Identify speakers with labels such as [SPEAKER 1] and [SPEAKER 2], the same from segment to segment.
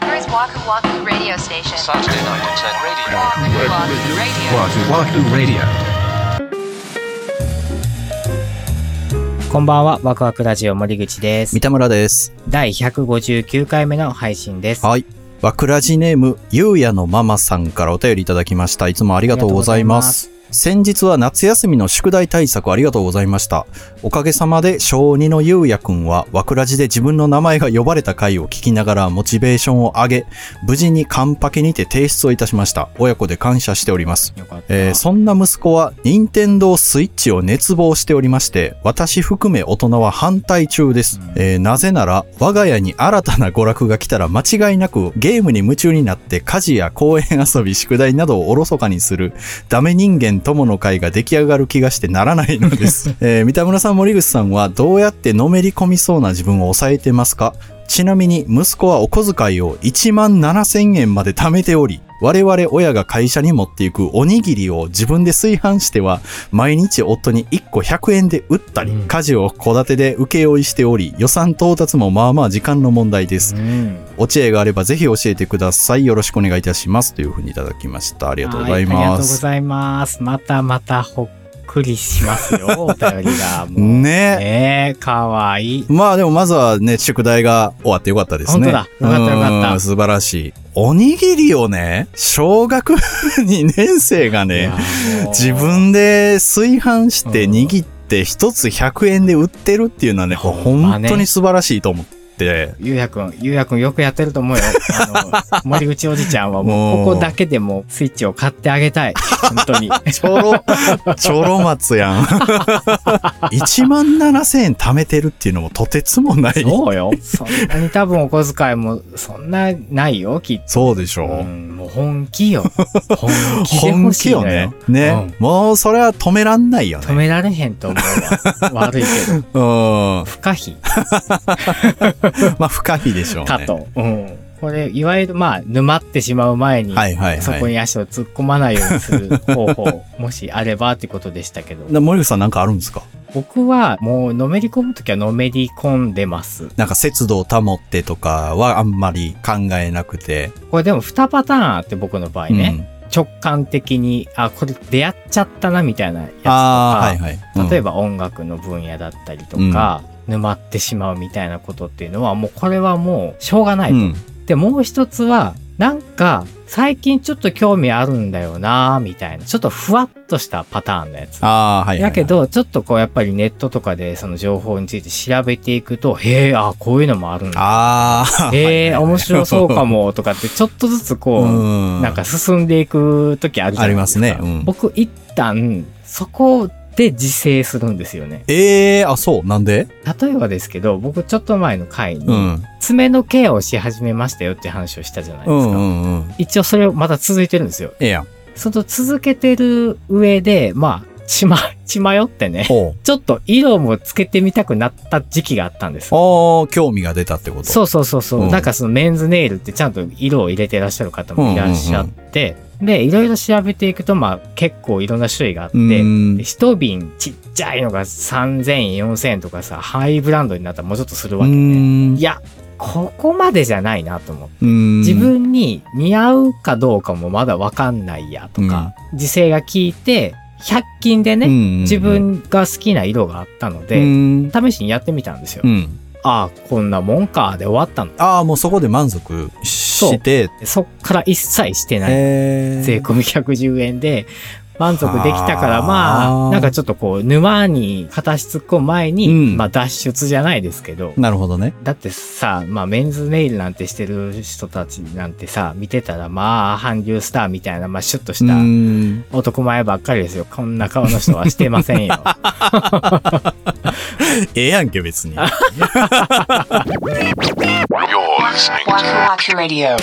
[SPEAKER 1] Waku Waku Radio Station.
[SPEAKER 2] Saturday night at 10 radio.
[SPEAKER 1] Waku Waku Radio.
[SPEAKER 3] Wahoo Wahoo Radio.
[SPEAKER 4] こんばんは、ワクワクラジオ森口です
[SPEAKER 5] 三。田村です。
[SPEAKER 4] 第159回目の配信です。あ
[SPEAKER 5] はい。わくらじネーム、ゆうやのママさんからお便りいただきました。いつもありがとうございます。先日は夏休みの宿題対策ありがとうございました。おかげさまで小2のゆうやくんはわくらじで自分の名前が呼ばれた回を聞きながらモチベーションを上げ、無事にカンパケにて提出をいたしました。親子で感謝しております。
[SPEAKER 4] よかった。
[SPEAKER 5] えーそんな息子は任天堂スイッチを熱望しておりまして、私含め大人は反対中です。えーなぜなら、我が家に新たな娯楽が来たら間違いなくゲームに夢中になって家事や公園遊び、宿題などをおろそかにする、ダメ人間友の会が出来上がる気がしてならないのです。えー三田村さん、森口さんはどうやってのめり込みそうな自分を抑えてますかちなみに息子はお小遣いを1万7000円まで貯めており、我々親が会社に持っていくおにぎりを自分で炊飯しては、毎日夫に1個100円で売ったり、家事を戸建てで請負いしており、予算到達もまあまあ時間の問題です。
[SPEAKER 4] うん。
[SPEAKER 5] お知恵があればぜひ教えてください。よろしくお願いいたします。というふうにいただきました。あ
[SPEAKER 4] あ
[SPEAKER 5] りがとうござい
[SPEAKER 4] ありが
[SPEAKER 5] ま
[SPEAKER 4] とうご
[SPEAKER 5] す。
[SPEAKER 4] ざいます。またまたほっくりします よ、お便りが。もう
[SPEAKER 5] ね
[SPEAKER 4] ねえ、かわいい。
[SPEAKER 5] まあでもまずはね、宿題が終わってよかったですね。
[SPEAKER 4] 本当だよかったよかった
[SPEAKER 5] うん素晴らしい。おにぎりをね、小学2年生が
[SPEAKER 4] いや
[SPEAKER 5] ね、
[SPEAKER 4] もう
[SPEAKER 5] 自分で炊飯して握って一つ100円で売ってるっていうのはね、これ
[SPEAKER 4] まあ
[SPEAKER 5] 本
[SPEAKER 4] ね
[SPEAKER 5] 当に素晴らしいと思って。
[SPEAKER 4] ゆうやくん、ゆうやくんよくやってると思うよ。 あの、森口おじちゃんはも
[SPEAKER 5] も
[SPEAKER 4] う、
[SPEAKER 5] う
[SPEAKER 4] ここだけでもスイッチを買ってあげたい。本当 に。
[SPEAKER 5] ち ょろ、ちょろ松やん。1万7000円貯めてるっていうのもとてつもない。
[SPEAKER 4] そうよ。そんなに多分お小遣いもそんなないよ、きっと
[SPEAKER 5] そうでしょう。
[SPEAKER 4] うん、もう本気 よ。本気で
[SPEAKER 5] 本
[SPEAKER 4] 欲し
[SPEAKER 5] 気
[SPEAKER 4] いの
[SPEAKER 5] よ
[SPEAKER 4] よ
[SPEAKER 5] ね。ね、
[SPEAKER 4] うん
[SPEAKER 5] もうそれは止めらんないよ
[SPEAKER 4] 止
[SPEAKER 5] ね。
[SPEAKER 4] められへんと思うわ。悪いけど。
[SPEAKER 5] うん。ま
[SPEAKER 4] 不可 避
[SPEAKER 5] あ不可避でしょうね。
[SPEAKER 4] かと。うん。これ、いわゆる、まあ、沼ってしまう前に、
[SPEAKER 5] はいはい
[SPEAKER 4] そこ
[SPEAKER 5] はい。
[SPEAKER 4] に足を突っ込まないようにする方法、 もしあればってことでしたけど。
[SPEAKER 5] な森口さんなんかあるんですか
[SPEAKER 4] 僕は、もう、のめり込むときはのめり込んでます。
[SPEAKER 5] なんか節度を保ってとかはあんまり考えなくて。
[SPEAKER 4] これでも2パターンあって、僕の場合ね。直感的に、あ、これ出会っちゃったな、みたいなやつと
[SPEAKER 5] うん。
[SPEAKER 4] か。
[SPEAKER 5] ああ、はいはい。うん
[SPEAKER 4] 例えば音楽の分野だったりとか、沼ってしまうみたいなことっていうのはもうこれはもうしょうがないと。
[SPEAKER 5] うん。
[SPEAKER 4] でもう一つはなんか最近ちょっと興味あるんだよなみたいなちょっとふわっとしたパターンのやつ。
[SPEAKER 5] ああ、はいはいはい。
[SPEAKER 4] だけどちょっとこうやっぱりネットとかでその情報について調べていくとへえあこういうのもあるんだ
[SPEAKER 5] ああ。
[SPEAKER 4] へえ面白そうか
[SPEAKER 5] も。
[SPEAKER 4] もとかってちょっとずつこう、
[SPEAKER 5] うん。
[SPEAKER 4] なんか、進んでいく時あるじゃないですか。
[SPEAKER 5] ありますねうん
[SPEAKER 4] 僕一旦そこで自制するんですよね。
[SPEAKER 5] ええあ、そう、なんで
[SPEAKER 4] 例えばですけど、僕ちょっと前の回
[SPEAKER 5] う
[SPEAKER 4] に、
[SPEAKER 5] ん。
[SPEAKER 4] 爪のケアをし始めましたよって話をしたじゃないうです
[SPEAKER 5] ん
[SPEAKER 4] か。
[SPEAKER 5] うんうん。
[SPEAKER 4] 一応それをまだ続いてるんですよ。
[SPEAKER 5] ええやん。
[SPEAKER 4] その続けてる上で、まあ、血ま、血迷ってね、
[SPEAKER 5] ほう。
[SPEAKER 4] ちょっと色もつけてみたくなった時期があったんです。
[SPEAKER 5] ああ、興味が出たってこと。
[SPEAKER 4] そうそうそうそう。
[SPEAKER 5] うん
[SPEAKER 4] なんかそのメンズネイルってちゃんと色を入れてらっしゃる方もいらっしゃって、で、いろいろ調べていくと、まあ結構いろんな種類があって、
[SPEAKER 5] うん
[SPEAKER 4] で。一瓶ちっちゃいのが3000円、4000円とかさ、ハイブランドになったらもうちょっとするわけね。いや、ここまでじゃないなと思って。
[SPEAKER 5] 自
[SPEAKER 4] 自分に似合うかどうかもまだわかんないやとか、時勢が効いて、100均でね、自分が好きな色があったの
[SPEAKER 5] で、う
[SPEAKER 4] で、
[SPEAKER 5] ん
[SPEAKER 4] 試しにやってみたんですよ。
[SPEAKER 5] うん。
[SPEAKER 4] ああ、こんなもんか、で終わったの。
[SPEAKER 5] ああ、もうそこで満足して、
[SPEAKER 4] そっから一切してない。
[SPEAKER 5] え
[SPEAKER 4] 税込み110円で満足できたから、
[SPEAKER 5] はあ
[SPEAKER 4] まあ、なんかちょっとこう、沼に片足突っ込む前に、
[SPEAKER 5] うん
[SPEAKER 4] まあ脱出じゃないですけど、
[SPEAKER 5] なるほどね。
[SPEAKER 4] だってさ、まあメンズネイルなんてしてる人たちなんてさ、見てたらまあ、韓流スターみたいな、まあシュッとし
[SPEAKER 5] う
[SPEAKER 4] た
[SPEAKER 5] ん。
[SPEAKER 4] 男前ばっかりですよ。こんな顔の人はしてません よ。
[SPEAKER 5] ええやんけ、別に。
[SPEAKER 2] You're listening
[SPEAKER 1] Waku Waku
[SPEAKER 2] to
[SPEAKER 1] Radio.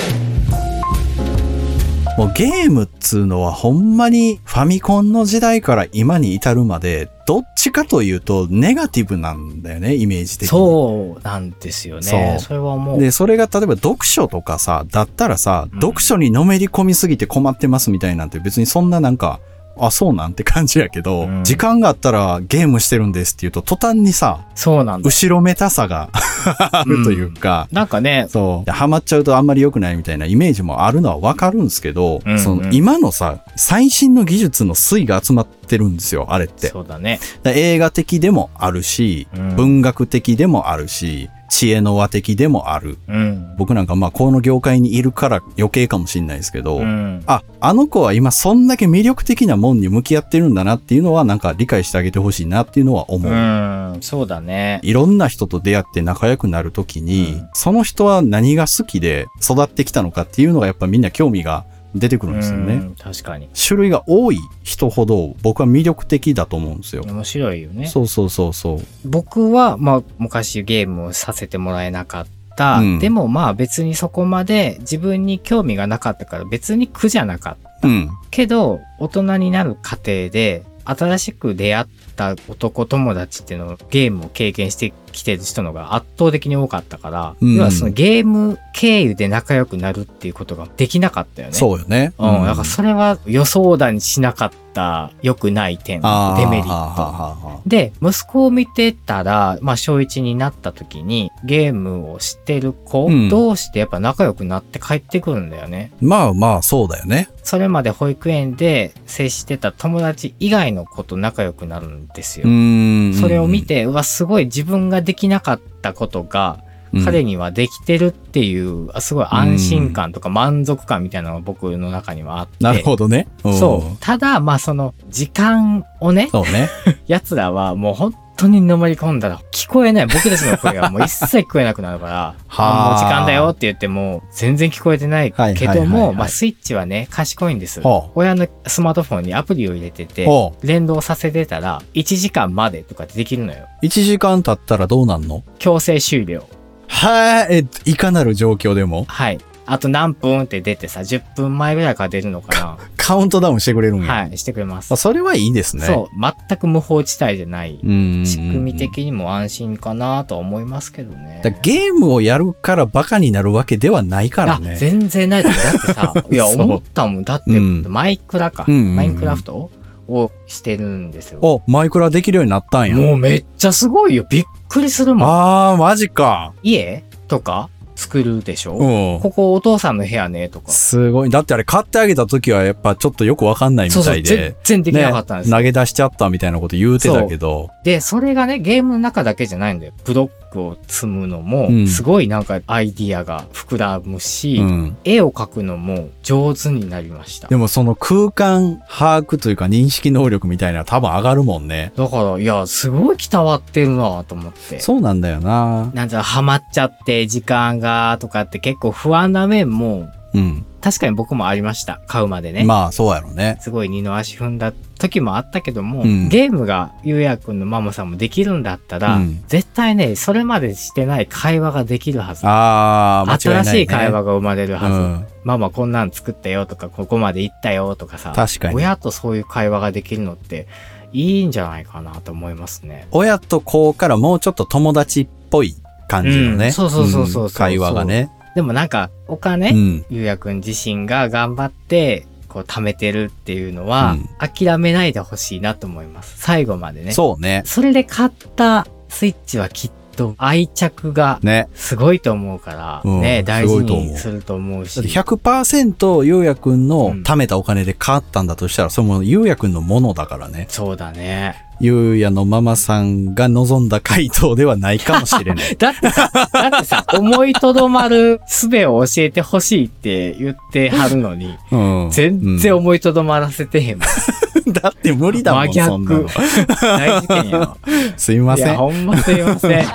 [SPEAKER 5] もうゲームっつうのはほんまにファミコンの時代から今に至るまで、どっちかというとネガティブなんだよね、イメージ的に。
[SPEAKER 4] そうなんですよね。
[SPEAKER 5] そう
[SPEAKER 4] それはもう。
[SPEAKER 5] で、それが例えば読書とかさ、だったらさ、
[SPEAKER 4] うん
[SPEAKER 5] 読書にのめり込みすぎて困ってますみたいなんて別にそんななんかあ、そうなんって感じやけど、
[SPEAKER 4] うん
[SPEAKER 5] 時間があったらゲームしてるんですって言うと、途端にさ、
[SPEAKER 4] そうなんだ。
[SPEAKER 5] 後ろめたさが あるというか、
[SPEAKER 4] なんかね、
[SPEAKER 5] そう。ハマっちゃうとあんまり良くないみたいなイメージもあるのはわかるんですけど、
[SPEAKER 4] うんうん
[SPEAKER 5] その今のさ、最新の技術の推移が集まってるんですよ、あれって。
[SPEAKER 4] そうだね。
[SPEAKER 5] だ映画的でもあるし、
[SPEAKER 4] うん
[SPEAKER 5] 文学的でもあるし、知恵の輪的でもある。
[SPEAKER 4] うん。
[SPEAKER 5] 僕なんかまあこの業界にいるから余計かもしんないですけど、
[SPEAKER 4] うん。
[SPEAKER 5] あ、あの子は今そんだけ魅力的なもんに向き合ってるんだなっていうのはなんか理解してあげてほしいなっていうのは思う。
[SPEAKER 4] うん。そうだね。
[SPEAKER 5] いろんな人と出会って仲良くなるときに、
[SPEAKER 4] うん
[SPEAKER 5] その人は何が好きで育ってきたのかっていうのがやっぱみんな興味が出てくるんですよね。
[SPEAKER 4] うん確かに。
[SPEAKER 5] 種類が多い人ほど僕は魅力的だと思うんですよ。
[SPEAKER 4] 面白いよね。
[SPEAKER 5] そうそうそうそう。
[SPEAKER 4] 僕は、まあ、昔ゲームをさせてもらえなかった。
[SPEAKER 5] うん
[SPEAKER 4] でも、まあ、別にそこまで自分に興味がなかったから、別に苦じゃなかった。
[SPEAKER 5] うん。
[SPEAKER 4] けど、大人になる過程で、新しく出会った男友達っていうのをゲームを経験してきてる人のが圧倒的に多かったから、
[SPEAKER 5] うん
[SPEAKER 4] 要はそのゲーム経由で仲良くなるっていうことができなかったよね。
[SPEAKER 5] そうよね。
[SPEAKER 4] うん、だからそれは予想だにしなかった良くない点、
[SPEAKER 5] あー
[SPEAKER 4] デメリ
[SPEAKER 5] はあ
[SPEAKER 4] ット。
[SPEAKER 5] はあはあ
[SPEAKER 4] で、息子を見てたら、まあ、小1になった時に、ゲームをしてる子
[SPEAKER 5] うん
[SPEAKER 4] 同士でやっぱ仲良くなって帰ってくるんだよね。
[SPEAKER 5] まあまあ、そうだよね。
[SPEAKER 4] それまで保育園で接してた友達以外の子と仲良くなるんですよ。
[SPEAKER 5] ん
[SPEAKER 4] それを見、て、うわ、すごい自分ができなかったことが、彼
[SPEAKER 5] に、
[SPEAKER 4] にはできてるっていう、あすごい安心感とか満足感みたいなのが僕の中にはあって。
[SPEAKER 5] なるほどね。うん
[SPEAKER 4] そう。ただ、まあその、時間をね、
[SPEAKER 5] そうね。
[SPEAKER 4] 奴らはもう本当にのまり込んだら聞こえない。僕たちの声がもう一切聞こえなくなるから、
[SPEAKER 5] はあ
[SPEAKER 4] あもう時間だよって言っても全然聞こえてない
[SPEAKER 5] はい
[SPEAKER 4] け
[SPEAKER 5] はい
[SPEAKER 4] ど
[SPEAKER 5] はいは
[SPEAKER 4] も、
[SPEAKER 5] い
[SPEAKER 4] まあスイッチはね、賢いんです
[SPEAKER 5] ほう。
[SPEAKER 4] 親のスマートフォンにアプリを入れてて、
[SPEAKER 5] ほ
[SPEAKER 4] 連動させてたら1時間までとかってできるのよ。
[SPEAKER 5] 1時間経ったらどうなんの
[SPEAKER 4] 強制終了。
[SPEAKER 5] はい、え、いかなる状況でも
[SPEAKER 4] はい。あと何分って出てさ、10分前ぐらいから出るのか
[SPEAKER 5] カウントダウンしてくれるん
[SPEAKER 4] な。
[SPEAKER 5] や。
[SPEAKER 4] はい、してくれます
[SPEAKER 5] あ。それはいいですね。
[SPEAKER 4] そう、全く無法地帯じゃない。
[SPEAKER 5] うん。
[SPEAKER 4] 仕組み的にも安心かなとは思いますけどね。
[SPEAKER 5] だゲームをやるからバカになるわけではないからね。
[SPEAKER 4] あ全然ないだってさ、 いや、
[SPEAKER 5] そう
[SPEAKER 4] 思ったもん。だって、
[SPEAKER 5] うん
[SPEAKER 4] マイクラか、
[SPEAKER 5] うんうんうん
[SPEAKER 4] マインクラフトをしてるんですよ。
[SPEAKER 5] お、マイクラできるようになったんや。
[SPEAKER 4] もうめっちゃすごいよ。びっくりするもん。
[SPEAKER 5] あー、マジか。
[SPEAKER 4] 家とか作るでしょ、
[SPEAKER 5] うん。
[SPEAKER 4] ここお父さんの部屋ねとか。
[SPEAKER 5] すごい。だってあれ買ってあげた時はやっぱちょっとよくわかんないみ
[SPEAKER 4] そう
[SPEAKER 5] た
[SPEAKER 4] そう、
[SPEAKER 5] いで
[SPEAKER 4] 全。然できなかったんですよ、
[SPEAKER 5] ね、投げ出しちゃったみたいなこと言うてたけど。
[SPEAKER 4] で、それがね、ゲームの中だけじゃないんだよ。ブロックを積むのも、
[SPEAKER 5] うん
[SPEAKER 4] すごいなんかアイディアが膨らむし、
[SPEAKER 5] うん。
[SPEAKER 4] 絵を描くのも上手になりました。
[SPEAKER 5] でもその空間把握というか認識能力みたいなのは多分上がるもんね。
[SPEAKER 4] だから、いや、すごい伝わってるなと思って。
[SPEAKER 5] そうなんだよな。
[SPEAKER 4] なんだろう、ハマっちゃって、時間が、とかって結構不安な面も、
[SPEAKER 5] うん。
[SPEAKER 4] 確かに僕もありました。買うまでね。
[SPEAKER 5] まあそうやろね。
[SPEAKER 4] すごい二の足踏んだ時もあったけども、
[SPEAKER 5] うん
[SPEAKER 4] ゲームがゆうやくんのママさんもできるんだったら、
[SPEAKER 5] うん
[SPEAKER 4] 絶対ね、それまでしてない会話ができるはず。
[SPEAKER 5] ああ、間違いな
[SPEAKER 4] 新
[SPEAKER 5] い、ね。
[SPEAKER 4] しい会話が生まれるはず、
[SPEAKER 5] うん
[SPEAKER 4] ママこんなん作ったよとか、ここまで行ったよとかさ、
[SPEAKER 5] 確かに
[SPEAKER 4] 親とそういう会話ができるのって、いいんじゃないかなと思いますね。
[SPEAKER 5] 親と子からもうちょっと友達っぽい感じのね。
[SPEAKER 4] うんそうそうそうそうそうん
[SPEAKER 5] 会話がね。
[SPEAKER 4] でもなんか、お金、
[SPEAKER 5] うん。
[SPEAKER 4] ゆうやくん自身が頑張って、こう、貯めてるっていうのは、
[SPEAKER 5] うん
[SPEAKER 4] 諦めないでほしいなと思います。最後までね。
[SPEAKER 5] そうね。
[SPEAKER 4] それで買ったスイッチはきっと愛着が
[SPEAKER 5] ね。
[SPEAKER 4] すごいと思うから、
[SPEAKER 5] うん
[SPEAKER 4] ね、大事
[SPEAKER 5] すごいと思
[SPEAKER 4] に
[SPEAKER 5] う
[SPEAKER 4] すると思う
[SPEAKER 5] だって
[SPEAKER 4] し。
[SPEAKER 5] 100%ゆうやくん
[SPEAKER 4] う
[SPEAKER 5] の
[SPEAKER 4] ん
[SPEAKER 5] 貯めたお金で買ったんだとしたら、それもゆうやくんのものだからね。
[SPEAKER 4] そうだね。
[SPEAKER 5] ゆうやのママさんが望んだ回答ではないかもし れない。
[SPEAKER 4] だってさ、だってさ、思いとどまる術を教えてほしいって言ってはるのに、
[SPEAKER 5] うん。
[SPEAKER 4] 全然思いとどまらせてへんもん。
[SPEAKER 5] うんだって無理だもん、そ
[SPEAKER 4] 真
[SPEAKER 5] んなの
[SPEAKER 4] 逆。。大事件やわ。
[SPEAKER 5] すいま
[SPEAKER 4] い
[SPEAKER 5] せ
[SPEAKER 4] や、
[SPEAKER 5] ん。
[SPEAKER 4] ほんますいません。
[SPEAKER 1] Saturday Night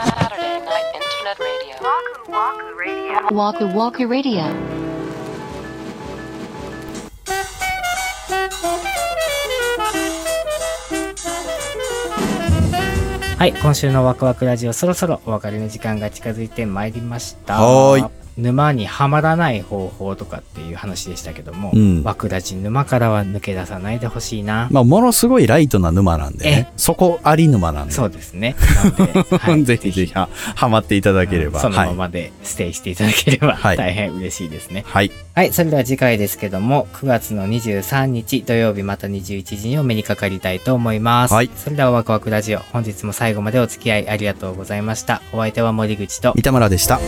[SPEAKER 1] Internet Radio. Waku Waku Radio.
[SPEAKER 4] はい、今週のワクワクラジオそろそろお別れの時間が近づいてまいりました。
[SPEAKER 5] はーい
[SPEAKER 4] 沼にはまらない方法とかっていう話でしたけども、
[SPEAKER 5] うん
[SPEAKER 4] 枠立ち沼からは抜け出さないでほしいな、
[SPEAKER 5] まあ、ものすごいライトな沼なんでね。そこあり沼なんで。
[SPEAKER 4] そうですねなんで、は い
[SPEAKER 5] ぜひぜひ、ははまっていただければ。
[SPEAKER 4] そのま
[SPEAKER 5] はい。
[SPEAKER 4] までステイしていただければ、
[SPEAKER 5] はい
[SPEAKER 4] 大変嬉しいですね
[SPEAKER 5] はい。
[SPEAKER 4] はい、それでは次回ですけども、9月の23日土曜日また21時にお目にかかりたいと思います。
[SPEAKER 5] はい
[SPEAKER 4] それではワクワクラジオ、本日も最後までお付き合いありがとうございました。お相手は森口と、
[SPEAKER 5] 三田村でした。